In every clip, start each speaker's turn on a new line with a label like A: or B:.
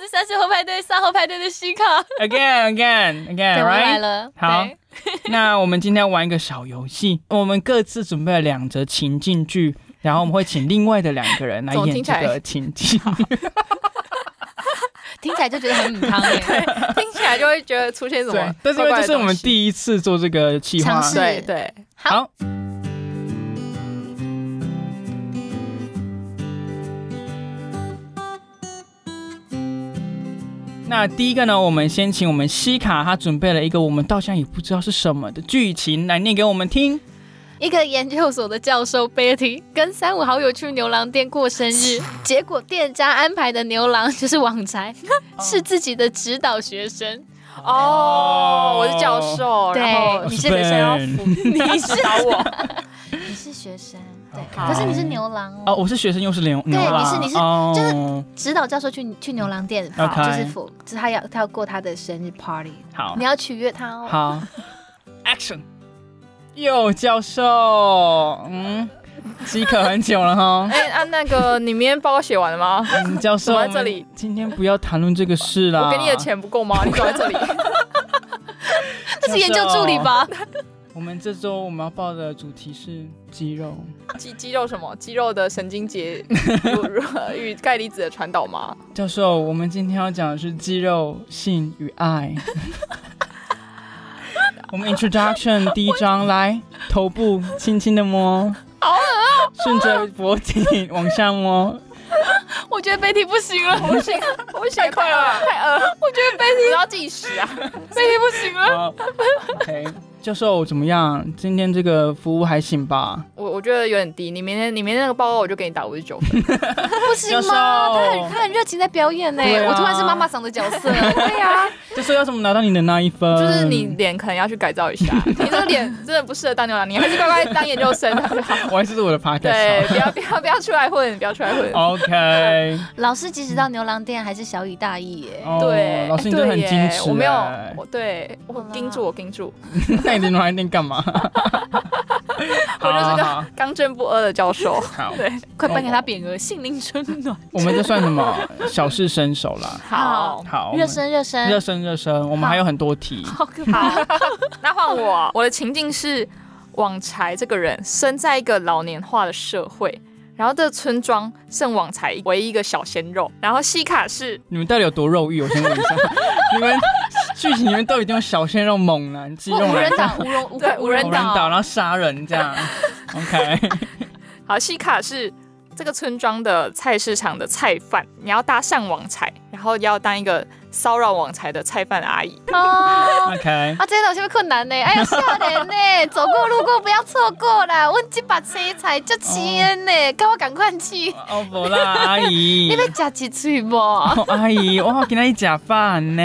A: 是三十后派对三号派对的西卡，
B: again again
A: 对
B: again
A: 我来
B: right
A: 了。
B: 好
A: 对
B: 那我们今天玩一个小游戏，我们各自准备了两则情境 剧，然后我们会请另外的两个人来
C: 怎么
B: 演
C: 听起
B: 这
C: 来
B: 个情 境。
A: 听起来就觉得很母汤 耶。
C: 听起来就会觉得出现什
B: 对
C: 么，
B: 但是因为这
C: 怪怪的
B: 是我们
C: 东西
B: 第一次做这个企划
A: 尝，试
C: 对
A: 是
C: 对，
A: 好，
B: 好，那第一个呢，我们先请我们西卡，他准备了一个我们到现在也不知道是什么的剧情来念给我们听。
A: 一个研究所的教授 Betty 跟三五好友去牛郎店过生 日，结果店家安排的牛郎就是网 才，是自己的指导学生。
C: 哦，我是教授，
A: 对
C: 然后你现在想要辅，你指导 我，
A: 你是学生，对，
B: 好
A: 可是你是牛郎
B: 哦，
A: 哦。
B: 我是学生，又是牛牛啦
A: 你是你是就是
B: 哦，
A: 指导教授去去牛郎店
B: OK
A: 就是服，就是他要他要过他的生日 party，
B: 好
A: 你要取悦他哦。
B: 好，Action，又教授，嗯，饥渴很久了哈。
C: 哎啊，那个你明天报告写完了吗？
B: 嗯教授，
C: 怎么在这里
B: 我们今天不要谈论这个事啦。
C: 我给你的，钱不够吗？你走在这里，
A: 那是研究助理吧？
B: 我们这周我们要报的主题是肌肉。
C: 肌肌肉什么？肌肉的神经节 与与钙离子的传导吗？
B: 教授，我们今天要讲的是肌肉、性与爱。我们 introduction 第一章来，头部轻轻的摸，顺着脖颈往下摸，
A: 我觉得 Betty 不行了，
C: 不行，我写快了，太饿，我觉得 Betty 要计时啊，Betty 不行了。
B: 好 OK，教授怎么样？今天这个服务还行吧？
C: 我我觉得有点低，你明天你明天那个报告我就给你打五十九分。
A: 不行
B: 教授
A: 吗？他很他很热情在表演呢，
B: 对啊
A: 我突然是妈妈桑的角色。对呀，
B: 教授要怎么拿到你的那一分？
C: 就是你，
B: 嗯
C: 脸可能要去改造 一下，你这个脸真的不适合当牛郎，你还是乖乖当研究生好不 好。
B: 我还是做我的 podcast
C: 对，
B: 好。
C: 不要不 要不要出来混，不要出来
B: 哦
C: 混。
B: OK，
A: 老师即使到牛郎店还是小以大义耶。
B: 哦
C: 对，
B: 老师你真的很
C: 对耶
B: 矜持。
C: 我没有
B: 哎，
C: 我对我
A: 好啦
C: 盯住，我盯住，
B: 那你的牛郎店干嘛？
C: 我就是
B: 好
C: 个刚正不阿的教授。
B: 好，
C: 对，
A: 快颁给他匾额“杏林春暖
B: 我们这算什么？小试身手啦。
A: 好
C: 好”。
B: 好，我们
A: 热身热
B: 热
A: 身，
B: 身热身，我们
A: 好
B: 还有很多题。
A: 好可怕！
C: 那换我，我的情境是网才这个人生在一个老年化的社会，然后这村庄剩网才唯一一个小鲜肉，然后西卡是
B: 你们到底有多肉欲？我先问一 下，你们剧情里面都已经有小鲜肉猛男、肌肉
A: 无
B: 男
A: 人、岛，无人无
C: 对
A: 无人
B: 无人岛，
A: 岛，
B: 然后杀人这样。OK，
C: 好，西卡是这个村庄的菜市场的菜贩，你要搭讪网才，然后要当一个骚扰网才的菜贩阿姨。
A: 哦
B: OK，
A: 啊，这个有什么困难呢？哎呀，吓人呢！走过路过不要错过啦！我这把车菜就千呢，跟我赶快去。
B: 哦不啦，阿
A: 你，
B: 姨
A: 要吃一嘴无？
B: 哦阿姨，我今天吃饭呢，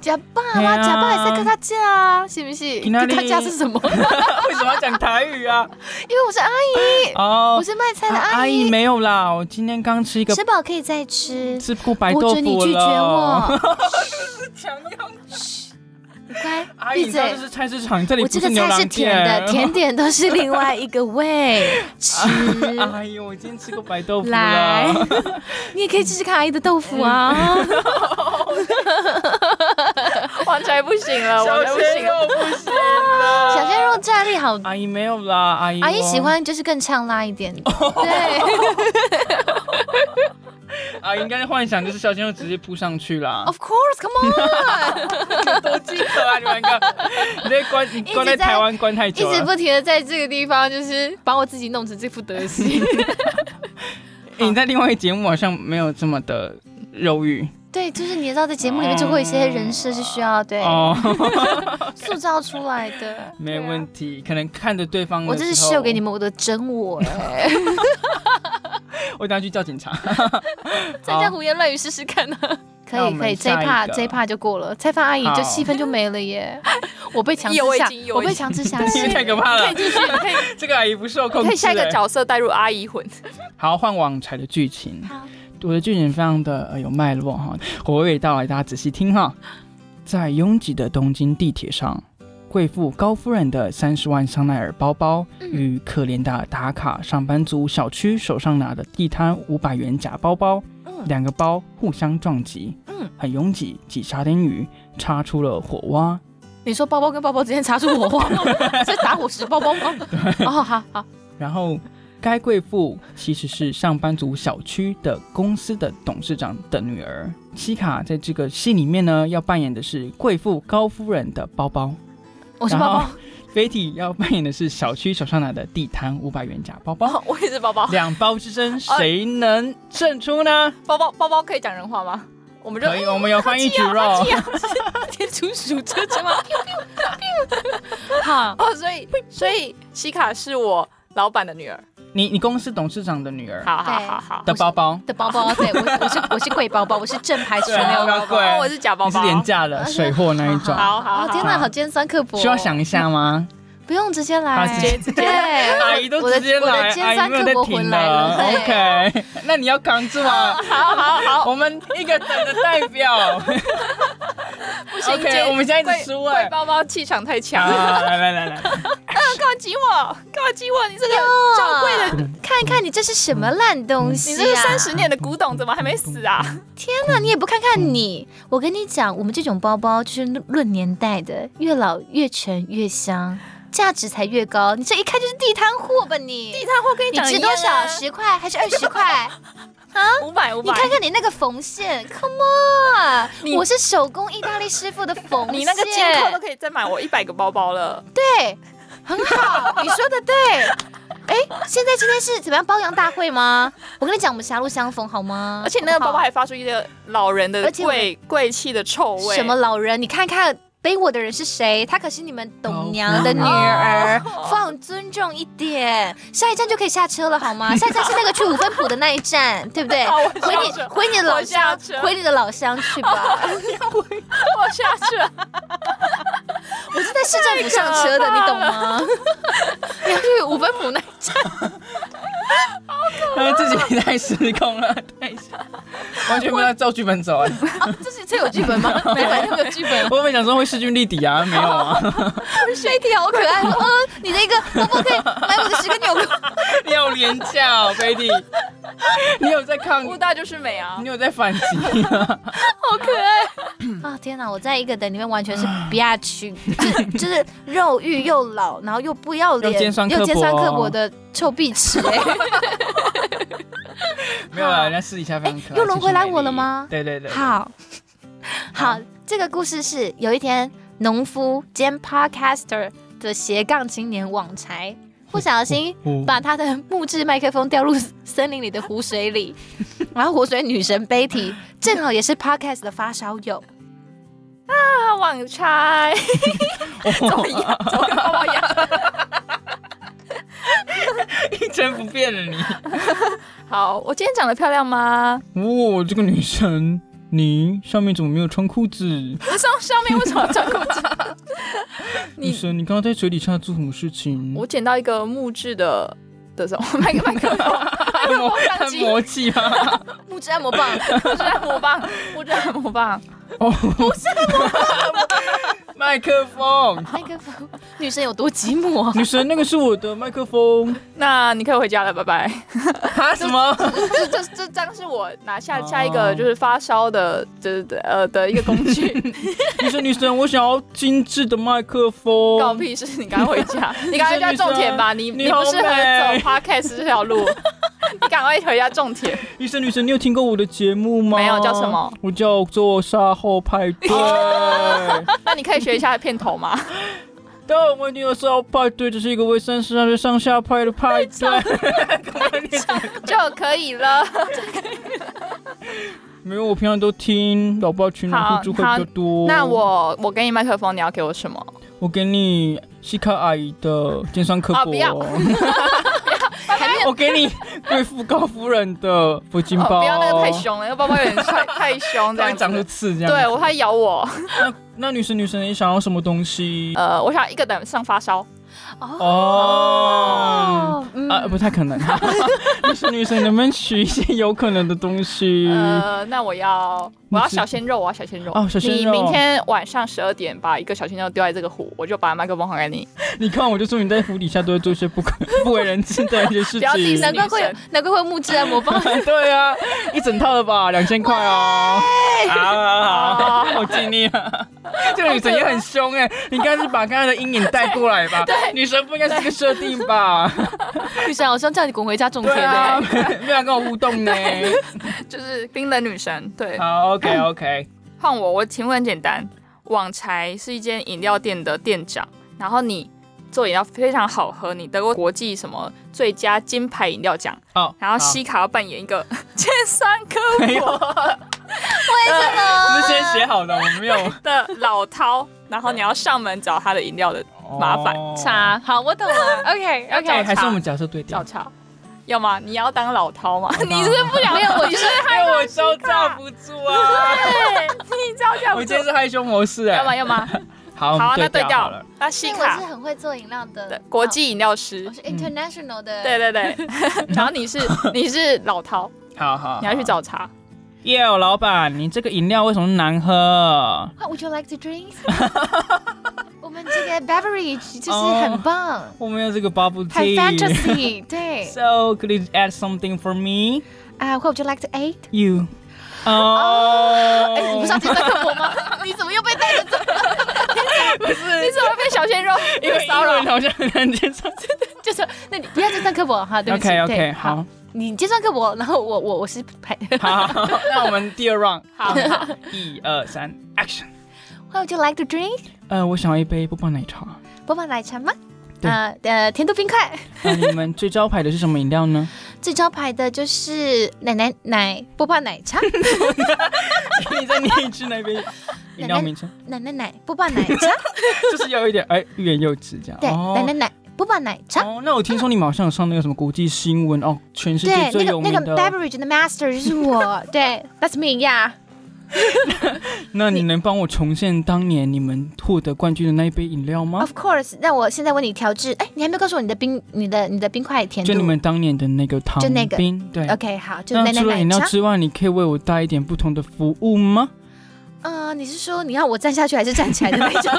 A: 吃饱
B: 对
A: 啊，
B: 啊
A: 吃饱也是跟他吃啊，是不是？
B: 今天
A: 跟他吃是什么？
B: 为什么要讲台语啊？
A: 因为我是阿姨，
B: 哦
A: 我，是卖菜的
B: 啊
A: 阿姨，
B: 没有啦，我今天刚吃一个
A: 吃饱可以再吃。
B: 吃过白豆
A: 不
B: 腐了。
A: 准你拒绝我，
C: 强调
A: 你乖，
B: 阿姨，
A: 闭
B: 你知道
A: 嘴
B: 这。是菜市场，这里
A: 我
B: 不
A: 这
B: 是
A: 个
B: 牛
A: 菜
B: 郎
A: 是甜的，
B: 店
A: 甜 点都是另外一个味。吃，
B: 哎呦，我今天吃过白豆腐
A: 来
B: 了。
A: 你也可以试试看阿姨的豆腐 啊。
C: 网才不行了，网才不行了。
B: 哦不行了
A: 小鲜肉战力好，
B: 阿姨哦没有啦，阿姨哦
A: 阿姨
B: 我
A: 喜，欢就是更呛辣一 点。对
B: 阿姨应该幻想就是小鲜肉直接扑上去啦。
A: ，Of course，Come on，
B: 啊多饥渴啊，你 们个！你在关你关
A: 一直在
B: 在台湾关太
A: 一
B: 久
A: 直
B: 了。
A: 不停的在这个地方，就是把我自己弄成这副德 行。
B: 欸你在另外一个节目好像没有这么的肉欲
A: 对，就是你知道，在节目里面就会有一些人设是需要对
B: 哦，
A: 塑造出来的。
B: 没问题。可能看着对方，
A: 啊我这是秀给你。们我的真我 哎，
B: 我等下去叫警察。
A: 再加胡言乱语试试看呢。可
B: 那我
A: 以
B: 们
A: 可以，这一
B: 下一
A: 趴
B: 个
A: 这一趴就过了，蔡范阿姨
B: 好
A: 就气氛就没了 耶。我被强制
C: 意犹未
A: 下
C: 尽意，犹
A: 我
C: 未
A: 被
C: 尽
A: 强制下
B: 因为
A: 线。
B: 太可怕
C: 可
B: 了
C: 以，继续， 可以
B: 这个阿姨不受控制、
C: 可以下一个
B: 欸
C: 角色带入阿姨魂。
B: 好，换网才的剧情。
A: 好
B: 我的剧情非常的呃有脉络哈，娓娓道来，大家仔细听哈。在拥挤的东京地铁上，贵妇高夫人的三十万香奈儿包包
A: 嗯
B: 与可怜的打卡上班族小区手上拿的地摊五百元假包包，
A: 嗯
B: 两个包互相撞击，
A: 嗯，
B: 很拥挤，挤沙丁鱼，擦出了火花。
A: 你说包包跟包包之间擦出火花 吗，是打火石包包吗？哦，好好，
B: 然后，该贵妇其实是上班族小区的公司的董事长的女儿。西卡在这个戏里面呢，要扮演的是贵妇高夫人的包包，
A: 我是包包，
B: 菲体要扮演的是小区手上拿的地摊五百元假包包。
C: 哦，哦我也是包包，
B: 两包之争，谁能胜出呢？
C: 包包包包可以讲人话吗？我们就
B: 可以，哦我们有翻译
C: 啊
B: 猪肉。
A: 天竺鼠车车吗？ 好，
C: 哦，所以所以西卡是我老板的女儿，
B: 你你公司董事长的女儿
C: 好好
A: 对
C: 好好，
B: 的包包，
A: 的包包，对我我是我是贵包包，我是正牌
B: 对啊
A: 纯牛包
B: 要不要
A: 包
B: 贵。
C: 哦，我是假包
B: 你是
C: 包，
B: 廉价的水货那一种，
C: 好好
A: 哦，天哪，
B: 好
A: 好尖酸刻薄。
B: 需要想一下吗？
A: 不用直接来，
B: 啊直接
A: 对，
B: 阿姨都
A: 我
B: 直
A: 的
B: 接
A: 我
B: 来，
A: 的尖
B: 阿
A: 酸
B: 姨没有
A: 刻
B: 在
A: 薄
B: 停
A: 回来了。对
B: OK，那你要扛住啊！
C: 好好好，
B: 我们一个等的代 表。
C: 不行
B: OK，
C: 这
B: 我们现在一直
C: 贵
B: 输啊哎
C: 贵包包气场太强
B: 好，
C: 了，
B: 来来来来，
C: 干嘛挤我？干嘛挤我？你这个
A: 啊
C: 叫贵的，
A: 看看你这是什
B: 嗯
A: 么烂东西、
C: 你
A: 啊！
C: 这个三十年的古董怎么还没死啊？
A: 天哪，你也不看看你！
B: 嗯
A: 我跟你讲，我们这种包包就是论年代的，越老越沉越香，价值才越高。你这一看就是地摊货吧你？地
C: 那我跟你
A: 你
C: 讲啊
A: 值多少？十块还是二十 块？
C: 五百五
A: 你
C: 百。
A: 看看你那个缝线，Come on！
C: 你
A: 我是手工意大利师傅的缝线，
C: 你那个金扣都可以再买我一百个包包 了。
A: 对，很好，你说的对。哎，现在今天是怎么样包养大会吗？我跟你讲，我们狭路相逢好吗？
C: 而且那个包包
A: 好
C: 还发出一个老人的
A: 而且我
C: 贵贵气的臭
A: 不好
C: 味。
A: 什么？老人，你看看背我的人是谁？她可是你们董娘
C: 哦
A: 的女
C: 老
A: 儿
C: 夫人哦，
A: 放尊重一点。下一站就可以下车了好 吗？下一站是那个去五分埔的那一站，对不对？
C: 好我下
A: 回你
C: 车
A: 回你的老
C: 我下
A: 乡
C: 车，
A: 回你的老乡去吧。
C: 我下去了。
A: 我是在市政府上车的，
C: 太可怕了
A: 你懂 吗？你要去五分埔那一站，
B: 他们自己太失控了，太失控完全没有照剧本走哎。
A: 这是这有剧 本吗？没有，没有剧本。
B: 我本想说会势均力敌啊，没有啊，
A: 飞弟好可爱， 哦，你的一个包包可以买我的十个纽扣。
B: 你好廉价 哦，baby，你有在抗，
C: 物大就是美啊
B: 你！有在反击啊。
A: 啊天哪！我在一个等里面完全是不亚区， 就是就是肉欲又老，然后又不要脸，
B: 又尖酸刻薄哦
A: 又尖酸刻薄的臭碧池、 哎
B: 没有啊，人家私底下非常可爱。
A: 哎又轮回来我
B: 谢谢美丽
A: 了吗
B: 对对对，
A: 好好
B: 好，
A: 这个故事是有一天农夫兼 podcaster 的斜杠青年网柴不小心
B: 嗯
A: 把他的木质麦克风掉入森林里的湖水 里，然后湖水女神 Betty 正好也是 podcast 的发烧友，
C: 啊，网 拆，
B: 哦
C: 我跟包包一样。
B: 一成不变了你。
C: 好，我今天长得漂亮吗？
B: 哇、这个女神，你上面怎么没有穿裤 子？
C: 上上面为什么要穿裤子？
B: 女神，你刚刚在水底下做什么事情？
C: 我捡到一个木质的的 什么麦克麦克风，麦 克风相
B: 按
C: 机，
B: 摩器啊！
A: 木质按摩 棒。
C: 木质按摩棒，木质按摩棒。
B: 哦，不是麦克 风。
A: 麦克风，女生有多寂寞啊？
B: 女神，那个是我的麦克风。
C: 那你可以回家了，拜拜。
B: 啊？什么？
C: 这这这张是我拿下
B: 哦
C: 下一个就是发烧的，的的呃的一个工 具。
B: 女神，女神，我想要精致的麦克风。
C: 告屁事！你赶快回 家，你赶快回家种田吧，你
B: 你
C: 你不适合
B: 好美
C: 走 podcast 这条路，你赶快回家种田。
B: 女神，女神，你有听过我的节目吗？
C: 没有叫什么？
B: 我叫做沙后派 对。
C: 那你可以学一下片头吗？
B: 当然，我们已经有沙后派对，这是一个为三十二岁上下派的派对。
C: 就可以了。
B: 哦没有，我平常都听老爸群人互助会比较多。
C: 那我我给你麦克风，你要给我什么？
B: 我给你西卡阿姨的尖酸刻薄，
C: 啊 不要
B: 我给你贵妇高夫人的铂金包，
C: 哦不要那个太，凶了，那个包包有 点太太凶，这
B: 它会
C: 样
B: 长出
C: 子。
B: 刺这样。
C: 对，我怕咬我。
B: 那那女神女神你想要什么东西？
C: 呃，我想要一个等上发烧，
B: 哦，
A: 嗯
C: 呃
B: 啊，不太可能。 你是女生，能不能取一些有可能的东西？
C: 呃，那我要我要
B: 嗯是
C: 小鲜肉，我要小鲜肉。
B: 哦小鲜肉
C: 你明天晚上十二点把一个小鲜肉丢在这个湖，我就把麦克风还给你。
B: 你看，我就说你在湖底下都会做一些不可 不为人知的一些事
C: 不要自己
B: 情
C: 生。
A: 难怪会有
C: 女生，
A: 难怪会有木质按摩棒。
B: 对啊，一整套的吧，两千块 哦。啊， 好好我尽力
C: 啊
B: 了。 这个女生也很凶哎，你应该是把刚才的阴影带过来吧？女生不应该是这个设定吧？
A: 女生好像叫你滚回家种田
B: 对
A: 的。
B: 啊，不想跟我互动呢。
C: 就是冰冷女神。对，
B: 好，OK OK，
C: 换我，我题目很简单。网柴是一间饮料店的店长，然后你做饮料非常好喝，你得过国际什么最佳金牌饮料奖。
B: 好。
C: 然后
B: 好
C: 西卡要扮演一个 尖酸刻薄
B: 这是先写好的，我没有
C: 的老饕，然后你要上门找他的饮料的 麻烦
B: 差。
A: 茶，好，我懂了。OK
C: 要
A: OK，
C: 找
B: 哦还是我们角色对调
C: 找。茬。要么你要当老饕嘛？
B: 当
C: 你是不想
A: 没有，我 就是
B: 因为我招架不住啊！
C: 对，你知道这样
B: 我
C: 不
B: 今天
C: 就是
B: 害羞模式哎
C: 要。么要么
B: 好，
C: 好
B: 我
C: 啊，那
B: 们
C: 对
B: 对
C: 调
B: 好了。
C: 那西
A: 因为我
C: 卡
A: 是很会做饮料的
C: 的国
A: 哦
C: 际饮料师
A: 我，是 international 的。
C: 对对对，然后 你是你是老饕，
B: 好好，
C: 你要去找茬。
B: 耶，Yo, 老板，你这个饮料为什么难喝？
A: What would you like to drink？我们这个 beverage 就是很 棒，
B: 我没有这个 bubble
A: 很
B: tea。
A: fantasy。对
B: So could you add something for me?
A: 啊，What would you like to eat？
B: You. 哦，
A: 哎， 你不是要计算刻薄吗？ 你怎么又被带着走？
C: 你怎么被小鲜肉
B: 因为
C: 骚
B: 英文
C: 扰？
B: 好像很难接受。
A: 就是，那你不要计算刻薄哈，对不起。
B: OK OK，
A: 对
B: 好，，
A: 你计算刻薄，然后我我我是排。
B: 好，好好那我们第二 round，
C: 好，
B: 一二三，Action。
A: What would you like to drink？
B: 呃，我想要一杯波霸奶茶。
A: 波霸奶茶吗？
B: 对
A: 啊，呃，甜度冰块。
B: 那你们最招牌的是什么饮料呢？
A: 最招牌的就是奶奶奶波霸奶 茶，
B: 你再念一句那杯饮料名称，
A: 奶奶奶波霸奶 茶，
B: 哦就是有一点哎欲言又止这样。
A: 对，
B: 哦
A: 奶奶奶波霸奶茶。
B: 哦，那我听说你们好像有上那个什么国际新闻哦，全世界
A: 对，
B: 最
A: 那
B: 有
A: 个
B: 名
A: 那
B: 的。
A: 个 beverage 的 master 就是 我，对，That's me 呀、
B: 那你能帮我重现当年你们获得冠军的那一杯饮料吗
A: Of？course，那我现在为你调制，哎，你还没有告诉我你的冰，你的你的冰块甜度。
B: 就你们当年的那个糖
A: 就那个
B: 冰，对。
A: OK，好，就奶
B: 那
A: 奶
B: 除了
A: 奶
B: 饮料
A: 茶。
B: 之外，你可以为我带一点不同的服务吗？
A: 嗯、你是说你要我站下去还是站起来的那种？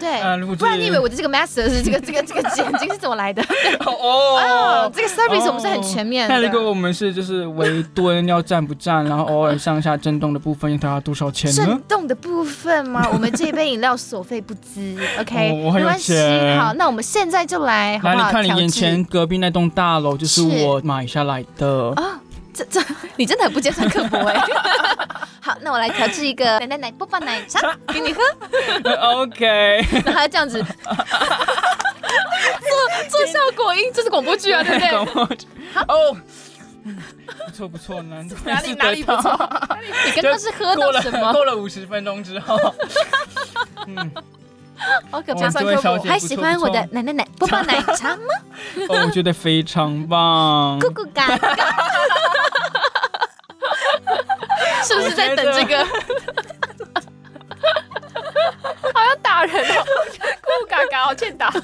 A: 对，
B: 呃如果
A: 哎不然
B: 是
A: 你以为我的这个 master 是这个这个这个眼睛是怎么来的？ 哦，
B: 哦。
A: 这个 service 我们是很全面的。
B: 那如果我们是就是围蹲要站不站，然后偶尔上下震动的部分，大概多少钱呢
A: 震？动的部分吗？我们这一杯饮料所费不 赀，OK，、
B: 哦我很
A: 没
B: 有
A: 关系
B: 钱。
A: 好，那我们现在就来，哎好
B: 来，
A: 不
B: 你
A: 好？
B: 看你
A: 调
B: 眼
A: 制
B: 前，隔壁那栋大楼就是
A: 是
B: 我买下来的。
A: 哦这这，你真的很不尖酸刻薄哎。 好，那我来调制一个奶奶奶波霸奶茶给你喝， 哦
B: OK，
A: 然后还这样子 做做效果音，这是广播剧啊，对不 对？
B: 哦，不错不错，难怪
C: 哪
B: 是
C: 里
B: 得
C: 哪里不
B: 到
C: 错？
A: 你刚刚是喝到
B: 过了
A: 什么？
B: 过了五十分钟之后，哦
A: 好可
B: 我
A: 怕
B: 们！这位小姐
A: 还喜欢我的
B: 不
A: 奶奶奶波霸奶茶吗？
B: 错不错哦，我觉得非常 棒
A: 咕。咕嘎。是不是在等这个？
C: 好像打人哦， 酷嘎嘎，好欠打。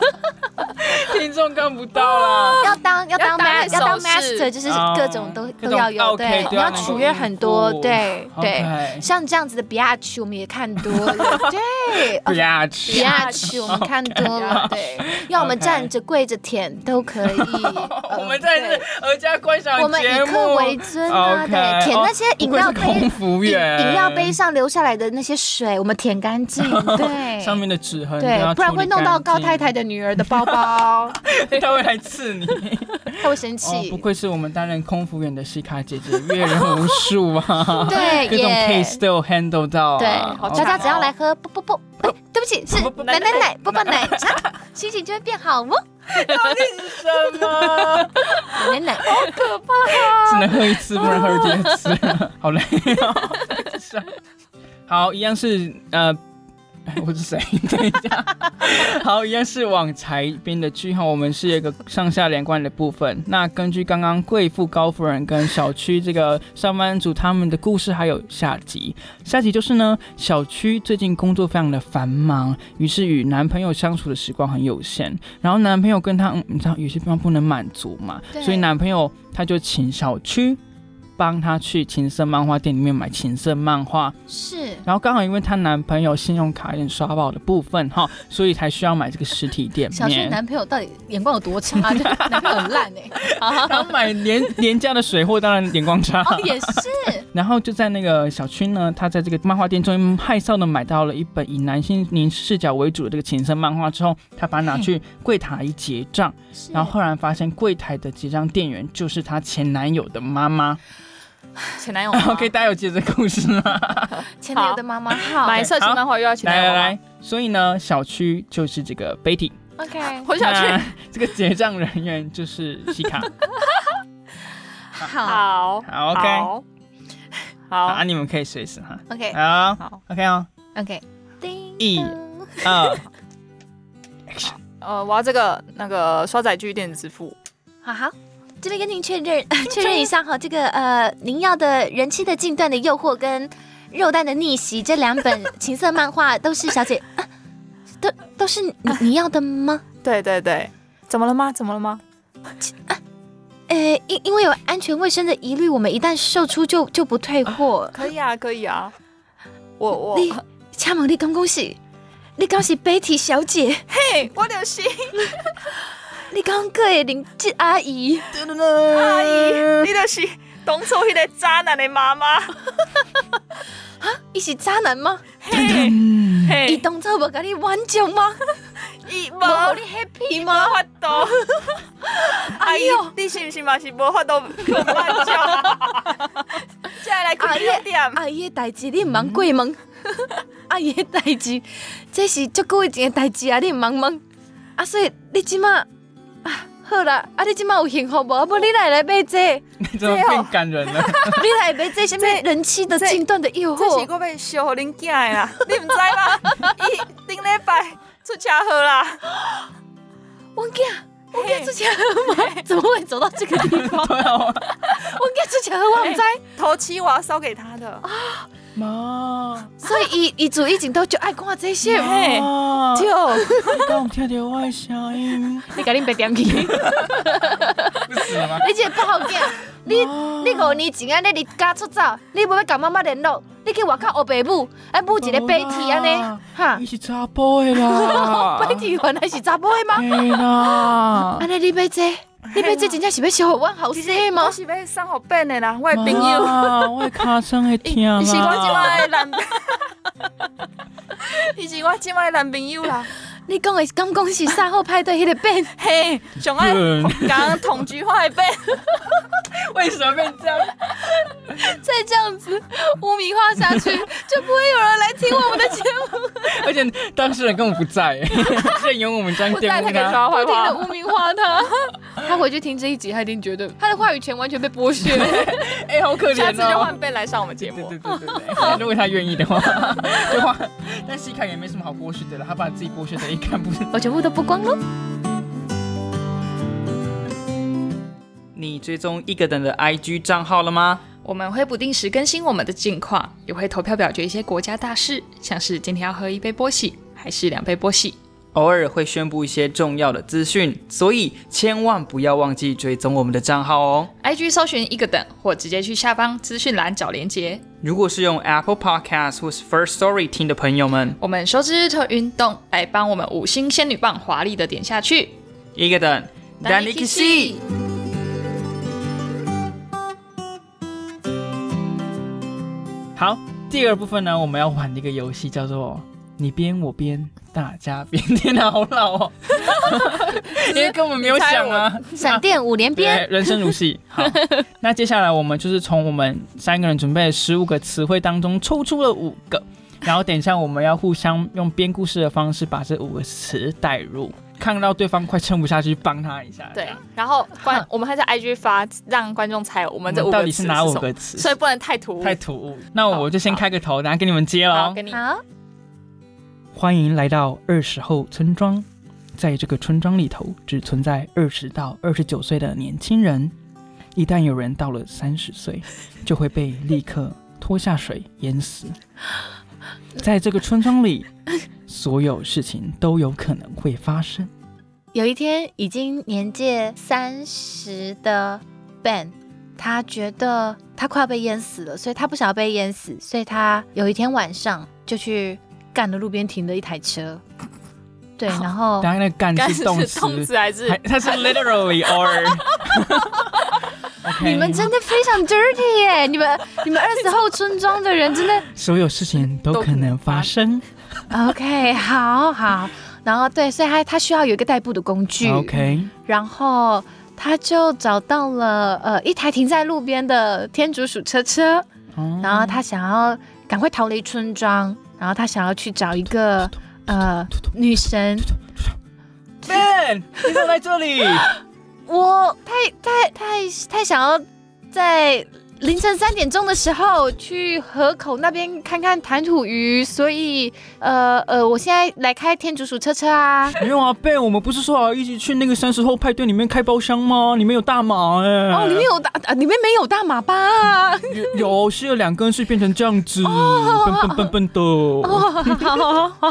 B: 听众看不到啊啦，
A: 要当要当
C: 要当
A: ma 要当
C: 手势
A: master，就是
B: 哦
A: 各种都
B: 各
A: 都
B: 种
A: 要有，
B: OK，啊
A: 对，
B: 都
A: 你
B: 要
A: 要
B: 能够
A: 取悦很多
B: 应，付
A: 对 对。
B: 哦 OK，
A: 像这样子的比亚曲，我们也看多 了，对，
B: 不
A: 哦
B: 要
A: 比
B: 吃。
A: 亚曲我们看多了，对，要我们站着跪着舔都可 以。
B: 我
A: 我
B: 们在这儿家观赏
A: 我们
B: 节
A: 以客
B: 目
A: 为尊啊，
B: OK，
A: 对，舔那些饮料
B: 哦不愧是
A: 杯
B: 空服
A: 饮
B: 员，
A: 饮料杯上留下来的那些水，我们舔干净，对，
B: 上面的指痕，
A: 对，不然会弄到高太
B: 太，
A: 太的女儿的包包，
B: 她会来刺 你。
A: 她会生
B: 哦，
A: 气！
B: 不。愧是我们担任空服员的西卡姐姐，阅人无数 啊
A: 对
B: 各种
A: 耶
B: case 都有 handle 到啊。
A: 对，
C: 好
A: 大
C: 强
A: 家
C: 哦
A: 只要来喝不不不，哎，对不起，是
B: 哦不不
A: 奶奶奶波波奶茶，心情就会变好 哦。
B: 什么？
A: 奶奶奶，
B: 只能喝一次，不能喝 第啊 二次，好累、哦。好，一样是呃， 我是谁？ 等一下，好，一样是往财边的句号，我们是有一个上下连贯的部分。那根据刚刚贵妇高夫人跟小区这个上班族他们的故事，还有下集。下集就是呢，小区最近工作非常的繁忙，于是与男朋友相处的时光很有限。然后男朋友跟她，嗯，你知道有些地方不能满足嘛，
A: 对
B: 所以男朋友他就请小区。帮她去情色漫画店里面买情色漫画，
A: 是
B: 然后刚好因为她男朋友信用卡有点刷爆的部分哈，所以才需要买这个实体店
A: 小旭
B: 面。
A: 男朋友到底眼光有多差？ 就男朋友很烂哎、好好
B: 然
A: 好
B: 后买 廉廉价的水货，当然眼光差。
A: 哦，也是
B: 然后就在那个小区呢，她在这个漫画店终于害臊的买到了一本以男性凝视角为主的这个情色漫画之后，她把它拿去柜台一结账，
A: 是，
B: 然后后来发现柜台的结账店员就是她前男友的妈妈。
C: 前男友
B: OK，大家有记得这个故事吗？
A: 前男友的妈妈好
C: 买色情漫画又要前
B: 来
C: 男友
B: 来
C: 吗
B: 来，所以呢，小区就是这个 Betty。
A: ，OK，
C: 我想去。
B: 那这个结账人员就是西卡。
A: 好
C: 好
B: 嗯好，OK，好
C: 好好
B: 啊，你们可以随时哈。
A: ，OK
B: 好
C: 好，
B: ，OK 哦，啊
A: OK，叮
B: 一
A: 咚
B: 二，
C: 呃，我要这个那个刷仔剧电子支付。
A: 好好，这边跟您确 认确认一下哈，这个呃，您要的人妻的禁断的诱惑跟肉蛋的逆袭这两本情色漫画都是小姐， 啊、都都是你你要的 吗？
C: 对对对，怎么了吗？怎么了吗？
A: 呃，因因为有安全卫生的疑虑，我们一旦售出就就不退货。
C: 可以啊，可以啊。我我
A: 你恰猛力恭恭喜，你恭喜 Betty 小姐，
C: 嘿，我的心，
A: 你刚各位邻居阿姨，
C: 阿
A: 嗯
C: 姨，你的心，当初那个渣男的妈妈。
A: 一起渣男吗？
C: 嘿，
A: 伊
C: 嘿，
A: 当初无甲你挽救吗？
C: 伊无
A: 无互你 happy
C: 无
A: 吗？
C: 法度。 阿
A: 哎
C: 姨
A: 呦，
C: 你是不是嘛是无法度去挽救？再来
A: 哎阿
C: 看
A: 姨
C: 一点。嗯
A: 阿姨的代志你毋茫过问， 阿姨的代志，这是足久以前的代志啊，你毋茫问。啊，所以你即马啊，好啦，啊你即马有幸福无？啊无你来来买 这个
B: 你怎么变感人了？
A: 你来买这什物人妻的
C: 这
A: 禁断的诱
C: 这是
A: 惑？
C: 我被小互恁囝的啦，你毋知吗？伊顶礼拜出车祸啦，
A: 王家，王家出钱喝吗？怎么会走到这个 地方？
B: 对啊，
C: 哦
A: 王家出钱喝，我毋知。
C: 头七我要烧给他的。
A: 哎
B: 妈，
A: 所以伊伊自以前都就爱看这些。哦
C: 嘿
B: 妈，
A: 对，
B: 你敢有听到我的声 音？
A: 你甲恁白点去，你
B: 不死了吗？哦
A: 这个不好囝，你。你五年前安尼离家出走，你无要甲妈妈联络，你去外口学爸母，还母一个白体安
B: 哦
A: 尼，哈
B: 你，是查甫的 啦，
A: 白体原来是查某的吗？
B: 嘿啦，
A: 安尼你买这，你买这真正是要消耗我后生
C: 我
A: 吗？哦
C: 是要送互变的啦，我的朋友。
B: 妈，我的尻川会疼
C: 伊是我即
B: 啦。
C: 摆的 男，伊是我即摆的男朋友 啦。
A: 你讲的是敢讲是三号派对迄个变，
C: 嘿，上爱
B: 对
C: 讲同居化 的变，
B: 为什么变这样？
A: 再这样子污名化下 去，就不会有人来听我们的节目，
B: 而且当事人根本不 在， 任由我们这样
C: 不在
B: 玷
C: 他
B: 污
C: 可
A: 不
B: 他。
C: 以说坏
A: 停的
C: 话。
A: 污名化他。 他回去听这一集，他一定觉得他的话语权完全被剥削。
B: 哎、好可怜
C: 下
B: 哦！
C: 次就换变来上我们节目。
B: 对对对 对对，如果他愿意的话， 就话。但西卡也没什么好剥削的了，他把自己剥削的一干不
A: 我全部都不光喽。
B: 你追踪一个人的 IG 账号了吗？
D: 我们会不定时更新我们的近况，也会投票表决一些国家大事，像是今天要喝一杯波喜还是两杯波喜。
B: 偶尔会宣布一些重要的资讯，所以千万不要忘记追踪我们的账号哦。
D: IG 搜寻一个等，或直接去下方资讯栏找连结。
B: 如果是用 Apple Podcast 或是 First Story 听的朋友们，
D: 我们收支日特运动来帮我们五星仙女棒华丽的点下去。
B: 一个等，丹尼克西。好，第二部分呢，我们要玩的一个游戏叫做“你编我编，大家编”。天哪，好老哦！因为根本没有想啊。
A: 闪电五连鞭，
B: 对，人生如戏。好，那接下来我们就是从我们三个人准备的十五个词汇当中抽出了五个，然后等一下我们要互相用编故事的方式把这五个词带入，看到对方快撑不下去，帮他一啊下。这
C: 对
B: 样，
C: 然后观我们还在 IG 发，让观众猜我
B: 我
C: 们这
B: 们
C: 五
B: 到
C: 个
B: 底
C: 词
B: 是
C: 什
B: 哪五
C: 么，
B: 个词？
C: 所以不能太突兀。
B: 太突兀。那我就先开个头，等下给你们接喽
C: 好，。给你
A: 好，
B: 欢迎来到二十后村庄，在这个村庄里头，只存在二十到二十九岁的年轻人。一旦有人到了三十 岁，就会被立刻拖下水淹死。 在这个村庄里，所有事情都有可能会发生。
A: 有一天，已经年届三十的 Ben，他觉得他快要被淹死了，所以他不想要被淹死，所以他有一天晚上就去干了路边停的一台车。 对，然后
B: 当然，那干
C: 该
B: 是
C: 哦是
B: 动
C: 动
B: 词，
C: 词还是
B: 还它是 literally or 。
A: 你们真的非常 dirty 耶！你们你们二十后村庄的人真的
B: 所有事情都可能发生。
A: OK，好好。然后对，所以他他需要有一个代步的工具。
B: OK，
A: 然后他就找到了呃一台停在路边的天竺鼠车车，
B: 哦
A: 然后他想要赶快逃离村庄，然后他想要去找一个呃女神。
B: Ben，你怎么在这里？
A: 我太太太太想要在凌晨三点钟的时候去河口那边看看弹土鱼，所以呃呃，我现在来开天竺鼠车车啊。
B: 没有啊，Ben，我们不是说好一起去那个三十后派对里面开包厢吗？里面有大麻哎、
E: 呃
A: 哦，里面有大，啊里面没有大马啊吧、
B: 有有是有两根是变成这样子，笨笨笨笨的。
A: 哦
E: 好 好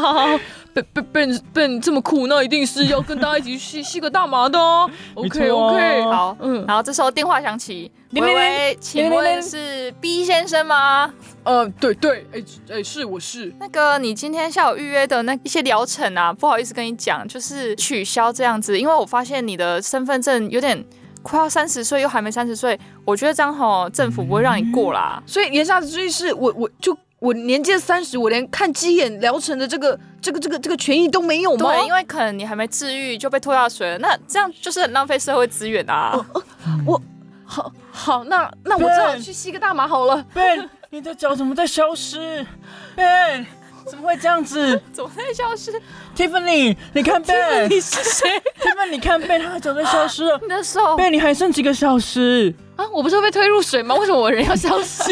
E: 好好，笨笨笨笨这么酷，那一定是要跟大家一起吸吸个大麻的哦。
B: 没
E: OK
B: 错啊
E: OK，
C: 好，
E: 嗯，
C: 然后这时候电话响起，
B: 铃
C: 喂
B: 铃铃
C: 喂，请问是 B 先生吗？
E: 呃，对对，哎哎，是我是，
C: 那个你今天下午预约的那一些疗程啊，不好意思跟你讲，就是取消这样子，因为我发现你的身份证有点快要三十岁，又还没三十岁，我觉得这样吼政府不会让你过啦。
E: 所以言下之意是我我就我年届三十，我连看鸡眼疗程的这个这个这个这个权益都没有吗？
C: 对，因为可能你还没治愈就被拖下水了，那这样就是很浪费社会资源啊。
E: 好好，那那我只好去吸个大麻好 了。
B: Ben，你的脚怎么在消失？Ben，怎么会这样子
C: 怎么在消失？
B: ？Tiffany，你看 Ben，
E: 你是谁？
B: Tiffany，你看 Ben，他的脚在消失了。
C: 你的手
B: Ben，你还剩几个小时？
E: 啊，我不是会被推入水吗？为什么我人要消 失？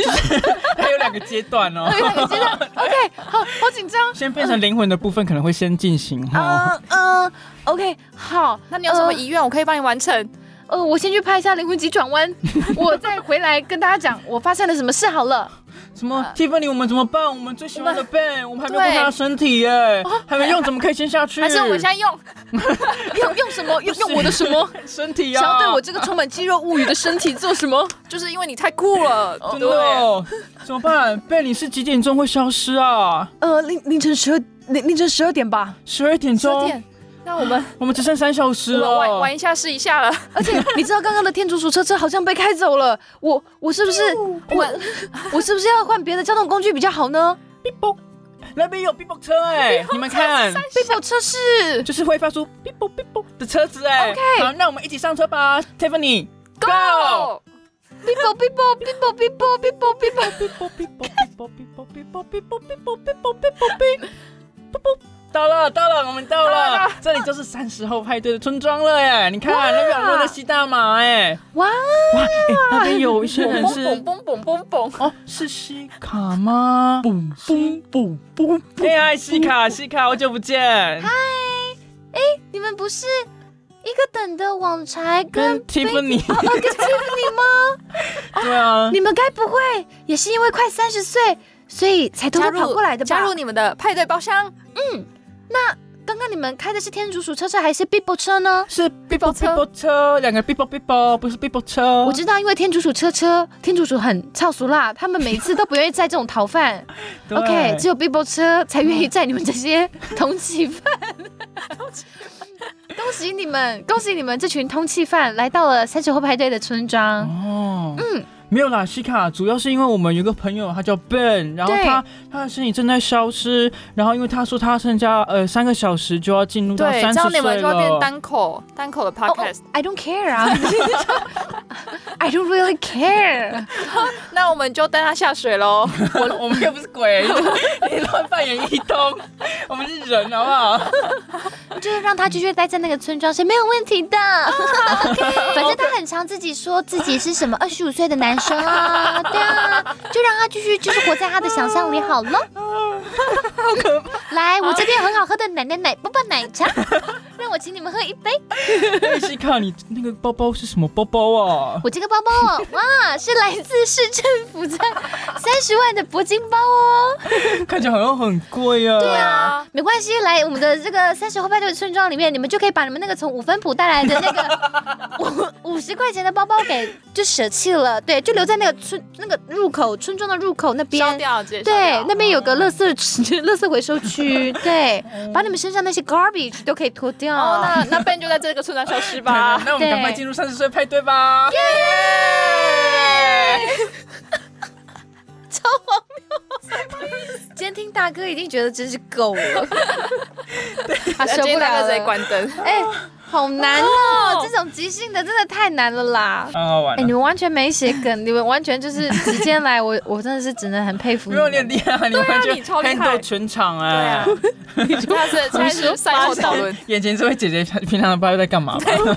B: 还有两个阶段哦。
E: 对，你真的 OK，好好紧张。
B: 先变成灵魂的部分可能会先进行
C: 啊
B: 哈。
A: 嗯嗯，OK，好，
C: 那你有什么遗愿？我可以帮你完成。
A: 呃，我先去拍一下《灵魂急转 弯》，我再回来跟大家讲我发生了什么事好了。
B: 什么 Tiffany，我们怎么办？我们最喜欢的 Ben，我们还没有
C: 对
B: 碰到他的身体耶，还没用，怎么可以先下去？
C: 还是我们现在用？
E: 用用什么？用用我的什么？
B: 身体啊？
E: 想要对我这个充满肌肉物语的身体做什么？
C: 就是因为你太酷了，
B: 真的哦、怎么办？Ben，你是几点钟会消失啊？
E: 呃，凌凌晨十二凌凌晨十二点吧。
B: 十二点
C: 有
B: 钟
C: 点，。那我们
B: 我们只剩三小时
C: 我们玩
B: 了。
C: 玩一下试一下了。
E: 而且你知道刚刚的天竺鼠车车好像被开走了，我我是不是我我是不是要换别的交通工具比较好 呢？
B: 那边有 b 蹦车 哎、你们看，
E: 被小车是
B: 就是会发出 b 蹦 b 蹦的车子哎、好，那我们一起上车吧，Tiffany。Go！
C: 哦，
E: bibo bibo bibo bibo bibo bibo，
B: 到了，到了，我们到了，这里就是三十后派对的村庄了哎！你看那边有人在吸大麻哎，
A: 哇，
B: 哇，哎，那边有一些
C: 嘣
B: 人
C: 嘣
B: 是
C: 嘣嘣嘣嘣
B: 哦，是西卡吗？嘣嘣嘣嘣！哎嗨，西卡，西卡，好久不见，
A: 你们不是一个等的网柴跟
B: 跟 Tiffany，
A: 哦 哦跟 Tiffany 吗？
B: 对啊，
A: 你们该不会也是因为快三十岁，所以才偷偷跑过来的吧？
C: 加入你们的派对包厢，
A: 刚刚你们开的是天竺鼠车车还是 Bibo 车呢？
B: 是
C: b 包车
B: b 车，两个 b 包 b 包，不是 b 包车，
A: 我知道，因为天竺鼠车车，天竺鼠很操俗辣，他们每次都不愿意载这种逃犯。
B: 对
A: OK，只有 Bibo 车才愿意载你们这些通缉犯。 恭喜你们，恭喜你们这群通缉犯来到了三十后排队的村庄。
B: 哦，嗯，没有啦，西卡，主要是因为我们有一个朋友，他叫 Ben，然后
A: 对
B: 他他的身体正在消失，然后因为他说他剩下呃三个小时就要进入到
C: 对，
B: 三
C: 这
B: 十
C: 样你
B: 岁
C: 们就要变
B: 了。
C: 单口单口的 podcast。
A: I don't care 啊 ，I don't really care。
C: 那我们就带他下水喽。
B: 我我们又不是鬼，你乱扮演一通， 我们是人好不好？
A: 就是让他继续待在那个村庄是没有问题的。反正他很常自己说自己是什么二十五岁的男生啊，对啊，就让他继续就是活在他的想象里好了。来，我这边有很好喝的奶奶奶爸爸奶茶，让我请你们喝一杯。
B: 哎，西卡，你那个包包是什么包包啊？
A: 我这个包包哦，哇，是来自市政府的三十万的铂金包哦。
B: 看起来好像很贵啊。对啊，
A: 没关系，来我们的这个三十后派对村庄里面，你们就可以把你们那个从五分埔带来的那个 五五十块钱的包包给就舍弃了，对，就留在那个村那个入口村庄的入口那
C: 烧
A: 边。
C: 掉哦直接烧
A: 对
C: 掉，
A: 那边有个垃圾 池、垃圾回收区，对，把你们身上那些 garbage 都可以脱掉。
C: 哦，那那 Ben 就在这个村庄消失 吧。
B: 那我们赶快
A: 对
B: 进入三十岁派啊对吧。
A: 监听大哥一定觉得真是够了，
E: 啊，受
C: 今
E: 不
C: 天大
E: 了
C: 哥直接
E: 了。
C: 关灯。
E: 哎、好难哦，这种即兴的真的太难了啦。
B: 好好玩
E: 哎、
B: 啊
E: 你！们完全没写 梗，你们完全就是直接来，我我真的是只能很佩服
B: 没
E: 你
B: 有你
E: 们。
B: 很厉害，啊你完
C: 你
B: 全
C: 超厉害
B: handle 全场
C: 对
B: 哎
C: 啊。，他是他是赛后讨论，
B: 眼前这位姐姐平常的派对在干嘛吧？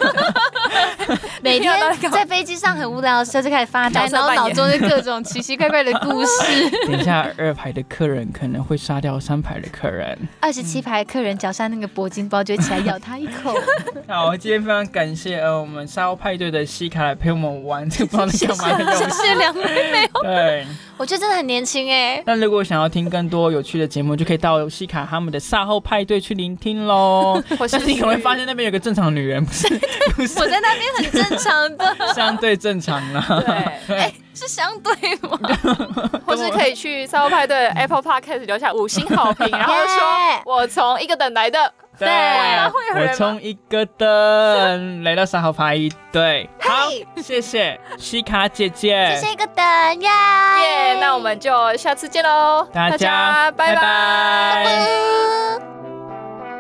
A: 每天
C: 听到大哥
A: 在飞机上很无聊的时候就开始发呆，
C: 角色
A: 然后
C: 扮演嗯
A: 脑中就各种奇奇怪怪的故事。
B: 等一下，二排的客人可能会杀掉三排的客人。
A: 二十七排客人脚上那个铂金包，就会起来咬他一 口。
B: 好，今天非常感谢呃我们沙鸥派对的西卡来陪我们玩这个不知道在干嘛的游戏。
A: 谢两位，
B: 对，
A: 我觉得真的很年轻哎。
B: 那如果想要听更多有趣的节目，就可以到西卡他们的沙鸥派对去聆听喽。
C: 我 是
B: 但是你可能会发现那边有个正常女人，不是不是
A: 我在那边很正常 的， 哎
B: 相对正常啦。
C: 对，
A: 是相对吗？
C: 或是可以去赛后 派对 Apple Podcast 留下五星好评，然后说我从一个等来的。
B: 对，
C: 有人
B: 我
C: 吗
B: 从一个灯来到三号排队。好，谢谢西卡姐姐，
A: 谢谢一个等呀，
C: 耶那我们就下次见喽，
B: 大
C: 家
B: 家，
C: 拜拜。
B: 拜拜
A: 嗯。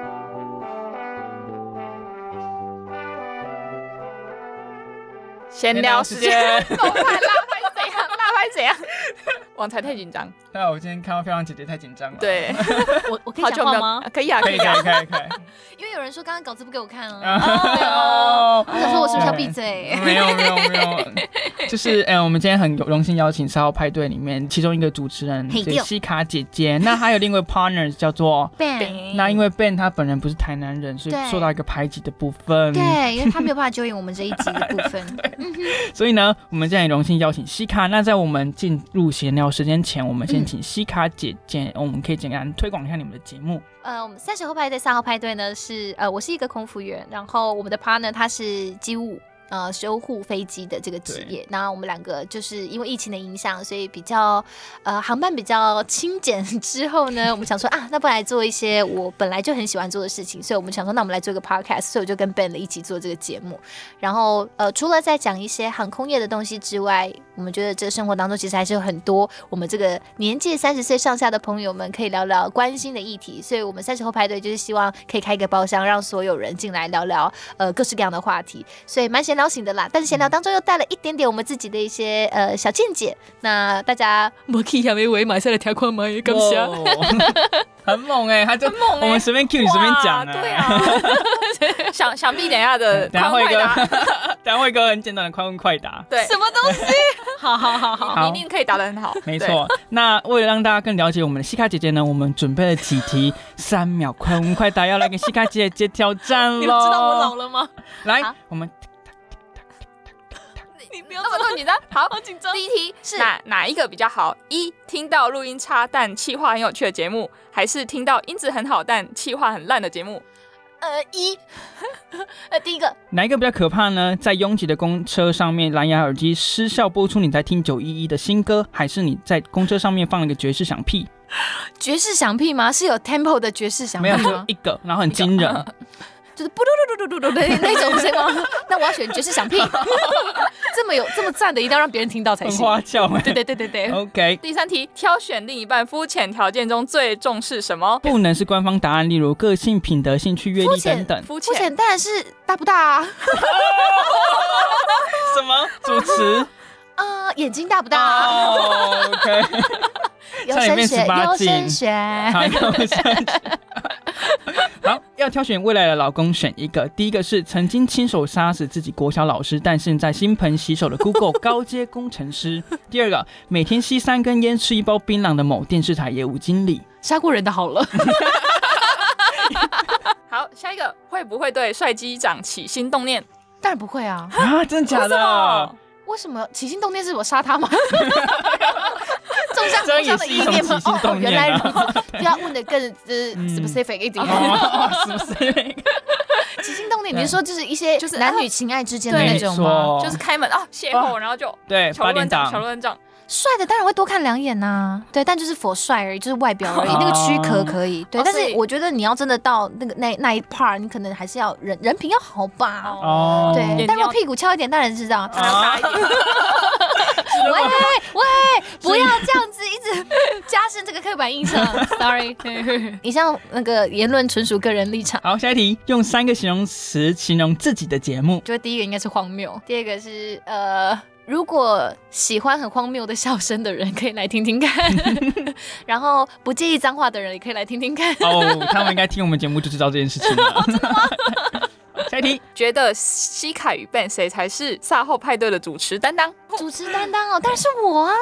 C: 闲聊时间，我怕拉拍怎样？拉拍 怎样？网才太紧张，
B: 对啊，我今天看到漂亮姐姐太紧张了。，
C: 对，
A: 我我可
C: 好
A: 以
C: 久
A: 讲
C: 没
A: 话
C: 有
A: 吗？？
C: 可以啊，
B: 可
C: 可
B: 以
C: 以
B: 可
C: 啊
B: 以。可以可以。
A: 因为有人说刚刚稿子不给我看啊。
B: 哦，
A: 我想说，我是不是要闭嘴？
B: 没有没有没有，就是哎、呃我们今天很有荣幸邀请三号派对里面其中一个主持人
A: 嘿
B: 对
A: 呦
B: 西卡姐姐，那还有另外 partner 叫 做。
A: 对
B: 那因为 Ben 他本人不是台南人，所以
A: 对
B: 受到一个排挤的部分。
A: 对，因为他没有办法揪引我们这一集的部分。
B: 所以呢，我们现在很荣幸邀请西卡。那在我们进入闲聊时间前，我们先
A: 嗯
B: 请西卡姐姐，我们可以简单推广一下你们的节目。
A: 呃，我们三十后派对、三号派对呢是呃，我是一个空服员，然后我们的 partner 他是机务。呃，修护飞机的这个职业，那我们两个就是因为疫情的影响，所以比较呃航班比较清简之后呢，我们想说啊，那不然来做一些我本来就很喜欢做的事情，所以我们想说，那我们来做一个 podcast，所以我就跟 Ben 一起做这个节目。然后呃，除了在讲一些航空业的东西之外，我们觉得这生活当中其实还是有很多我们这个年纪三十岁上下的朋友们可以聊聊关心的议题。所以，我们三十后派对就是希望可以开一个包厢，让所有人进来聊聊呃各式各样的话题。所以蛮闲聊型的啦，但是闲聊当中又带了一点点我们自己的一些呃小见解。那 大家
D: 我去下面围买下来条框买，感谢。
B: 哇 很猛哎、他就
C: 猛 欸
B: 我们随便 Q 你随便讲
C: 哇
B: 啊。
C: 对啊。想想必等一下的
B: 等下
C: 快
B: 会一
C: 快答，
B: 个，等下会一个很简单的快问快答。
C: 对，
A: 什么东西？
D: 好好好好，
B: 好
C: 你一定可以答得很好，
B: 没
C: 对。
B: 错，那为了让大家更了解我们的西卡姐姐呢，我们准备了几题三秒快问快答，要来跟西卡姐姐挑战喽。
D: 你们知道我老了 吗？
B: 来
A: 好，
B: 我们
D: 你不要
C: 那么多紧张，好，好紧张。第一题是哪哪一个比较好？一听到录音差但气话很有趣的节目，还是听到音质很好但气话很烂的节目？
A: 呃一呃第一个
B: 哪一个比较可怕呢？在拥挤的公车上面，蓝牙耳机失效播出你在听九一一的新歌，还是你在公车上面放了个爵士响屁？
E: 爵 士响屁吗？是有 tempo 的爵士响
B: 没
E: 屁
B: 有，
E: 吗？
B: 就一个，然后很惊人。
E: 就是嘟嘟嘟嘟嘟嘟的那种声吗？那我要选爵士响屁，这么有这么赞的，一定要让别人听到才
B: 很
E: 行。
B: 花俏哎、
E: 对对对对 对，
B: OK，
C: 第三题，挑选另一半肤浅条件中最重视什么？
B: 不能是官方答案，例如个性、品德、兴趣、阅
A: 肤
B: 历
A: 浅
B: 等等。
C: 肤
E: 肤
C: 浅
E: 浅当然是大不大啊？
B: 什么主持？
A: 啊、呃眼睛大不大啊？
B: 哦，OK，
A: 优
B: 差点
A: 生
B: 变
A: 学，
B: 18
A: 优生
B: 禁
A: 学。
B: 好，那我们下一集好，要要挑选未来的老公，选一个。第一个是曾经亲手杀死自己国小老师，但现在金盆洗手的 Google 高阶工程师。第二个，每天吸三根烟、吃一包槟榔的某电视台业务经理。
D: 杀过人的好了，
C: 好，下一个会不会对帅机长起心动念？
D: 当然不会啊。
B: 啊，真的哦假的？
D: 为什么起心动念是我杀他吗？
A: 种下
B: 这
A: 种
B: 也
A: 下的
B: 是
A: 意
B: 一种
A: 念
B: 起
A: 吗？
B: 心动
D: 原
B: 念
D: 来如
B: 啊！
D: 此，不要问的更呃 specific 一点。
B: 哦，是不是？
D: 起心动念，
B: 对
D: 你是说就是一些就是男
A: 啊
D: 女情爱之间的
C: 对
D: 那种吗？
C: 就是开门啊，邂逅，然后就
B: 对
C: 小
B: 哦哎八点
C: 鹿乱撞，
B: 档
C: 小鹿乱撞。
D: 帅的当然会多看两眼呐、
A: 对，但就是佛帅而已，就是外表而已，
B: 哦
A: 那个躯壳可以。对，
C: 哦
A: 但
C: 所以
A: 是我觉得你要真的到那个那那一 part，你可能还是要人人品要好吧。
B: 哦，
A: 对，但如
C: 要
A: 果屁股翘一点，当然知道。
C: 还要大一点。
A: 喂喂，不要这样子，一直 加深这个刻板印象。Sorry，以 上那个言论纯属个人立场。
B: 好，下一题，用三个形容词形容自己的节目。
A: 觉得第一个应该是荒谬，第二个是呃，如果喜欢很荒谬的笑声的人可以来听听 看，然后不介意脏话的人也可以来听听 看。
B: 哦，他们应该听我们节目就知道这件事情了。 下一题，
C: 觉得西凯与 Ben 谁才是赛后派对的主持担当？
A: 主持担当哦，当然是我啊！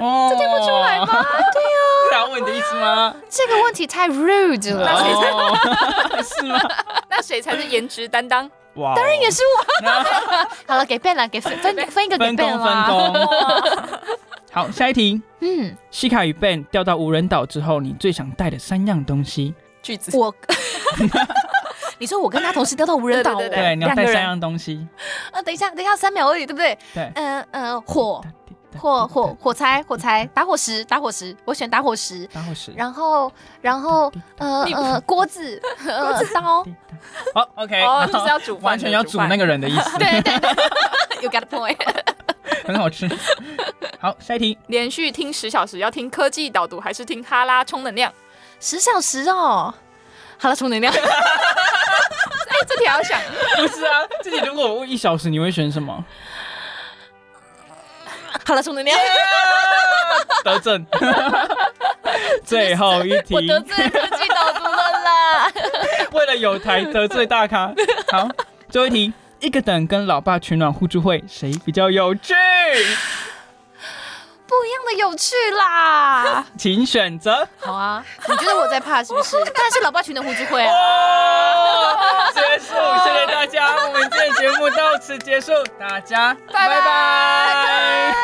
B: 哦，这听不出来吗？对 呀，是要问你的意思吗？
A: 这个问题太 rude 了，
C: 那谁才
B: 哦， 是吗？
C: 那谁才是颜值担当？
B: 哇，当然也是我。
A: 好了，给 Ben 了，给分 分分一个给
B: 分
A: Ben
B: 工分
A: 啦。
B: 工。好，下一题，
A: 嗯，
B: 西卡与 Ben 掉到无人岛之后，你最想带的三样东西？
C: 句子
A: 我，你说我跟他同时掉到无人岛哦，
C: 对对
B: 对，你要带
C: 两个人
B: 三样东西。
A: 啊，等一下，等一下，三秒而已，对不对？
B: 对
A: 嗯嗯，火火火火柴火柴打火石打火石，我选打火石。
B: 打火石。
A: 然后，然后，呃
C: 你
A: 呃，锅子，锅子刀，
B: 好，OK，
C: 哦，就是要煮饭的，
B: 完全要煮那
C: 个
B: 个人的意思，
A: 对对对，You got a point。
B: 很好吃。好，下一题，
C: 连续听十小时，要听科技导读还是听哈拉充能量？
A: 十小时哦，好了，充能量。
C: 哎，这题要想，
B: 不是啊，这里如果我问一小时，你会选什么？
A: 好了，充能量。
B: 得 正。最后一题，
A: 我得罪科技导读了啦。
B: 为了有台得罪大 咖。好，最后一题，一个等跟老爸取暖互助会，谁比较有趣？
A: 不一样的有趣啦。
B: 请选择。
A: 好啊，你觉得我在怕 是不是？但是老爸群的互助会 啊。
B: 哦，结束，谢谢大家，我们今天节目到此结束，大家拜拜